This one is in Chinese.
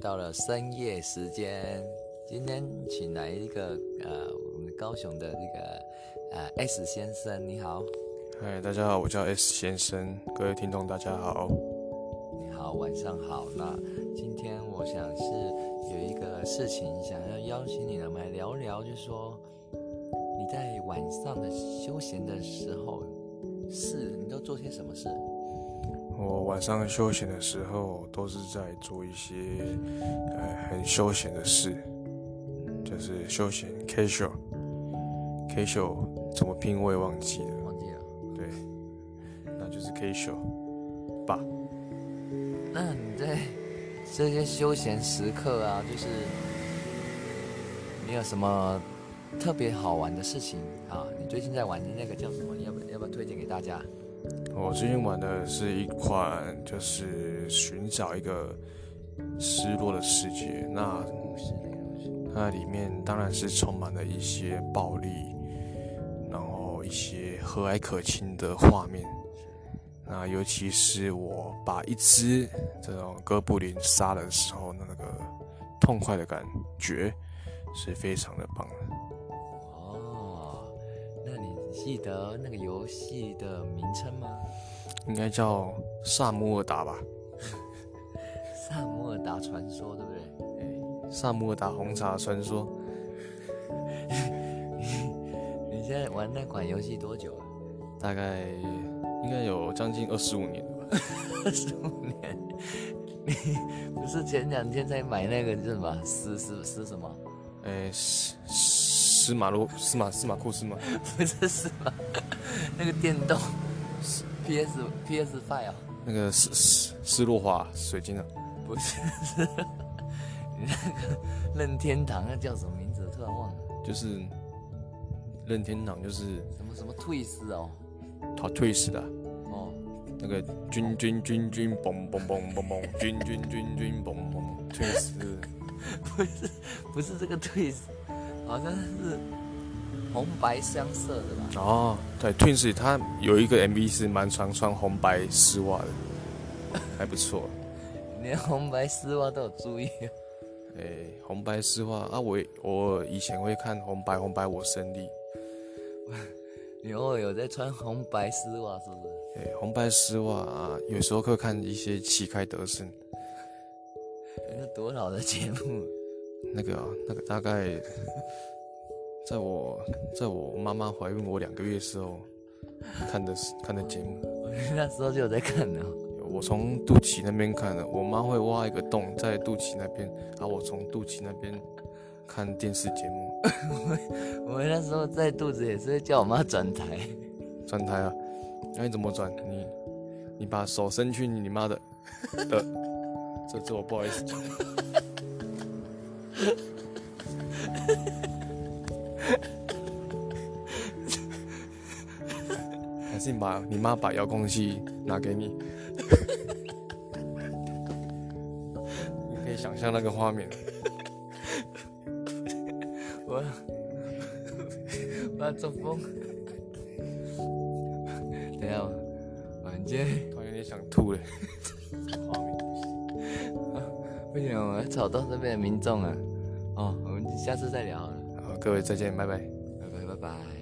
到了深夜时间，今天请来一个呃，我们高雄的这个呃 S 先生，你好，嗨，大家好，我叫 S 先生，各位听众大家好。你好，晚上好。那今天我想是有一个事情想要邀请你来我们来聊聊，就是说你在晚上的休闲的时候，是你都做些什么事？我晚上休闲的时候都是在做一些呃很休闲的事，就是休闲 casual，casual 怎么拼我也忘记了，忘记了。对，那就是 casual 吧。那你在这些休闲时刻啊，就是你有什么特别好玩的事情啊？你最近在玩的那个叫什么？你要不要不要推荐给大家？我最近玩的是一款就是寻找一个失落的世界，那故事类的东西。它里面当然是充满了一些暴力，然后一些和蔼可亲的画面。那尤其是我把一只这种哥布林杀的时候，那个痛快的感觉是非常的棒的。哦，那你记得那个游戏的名称吗？应该叫萨姆尔达吧？ 《萨姆尔达传说》，对不对？萨姆尔达红茶传说，你现在玩那款游戏多久了？大概应该有将近二十五年了吧？二十五年。你不是前两天才买那个叫什么？是是是什么？ 哎，司司马洛司马司马库斯吗？不是是吗？那个电动 PS PS Five 啊，那个斯斯斯洛华水晶啊。不是，是你那个任天堂那叫什么名字？突然忘了，就是任天堂就是什么什么 Twist 哦，他退死的哦，那个军军军军嘣嘣嘣嘣嘣军军军军嘣嘣嘣退死，不是不是这个 Twist，好像是红白相射的吧？哦，对，Twins 他有一个 MV 是蛮常穿红白丝袜的，还不错。连红白丝袜都有注意，哦诶，红白丝袜啊，我也偶尔以前会看红白红白我胜利，你偶尔有在穿红白丝袜是不是？诶，红白丝袜啊，有时候会看一些旗开得胜，那多老的节目，那个啊、那个大概在我在我妈妈怀孕我两个月的时候看的看的节目。我那时候就有在看了。我从肚脐那边看的，我妈会挖一个洞在肚脐那边，然后我从肚脐那边看电视节目，我那时候在肚子也是叫我妈转台，转台啊，那、你怎么转？你你把手伸去你妈的 的，这这我不好意思讲， 还是你把你妈把遥控器拿给你， 你可以想象那个画面。我我要中风。 等一下，我们今天突然有点想吐了。不行，我要吵哎到这啊边的民众了。哦，我们下次再聊好了，好，各位再见，拜拜。拜拜拜拜。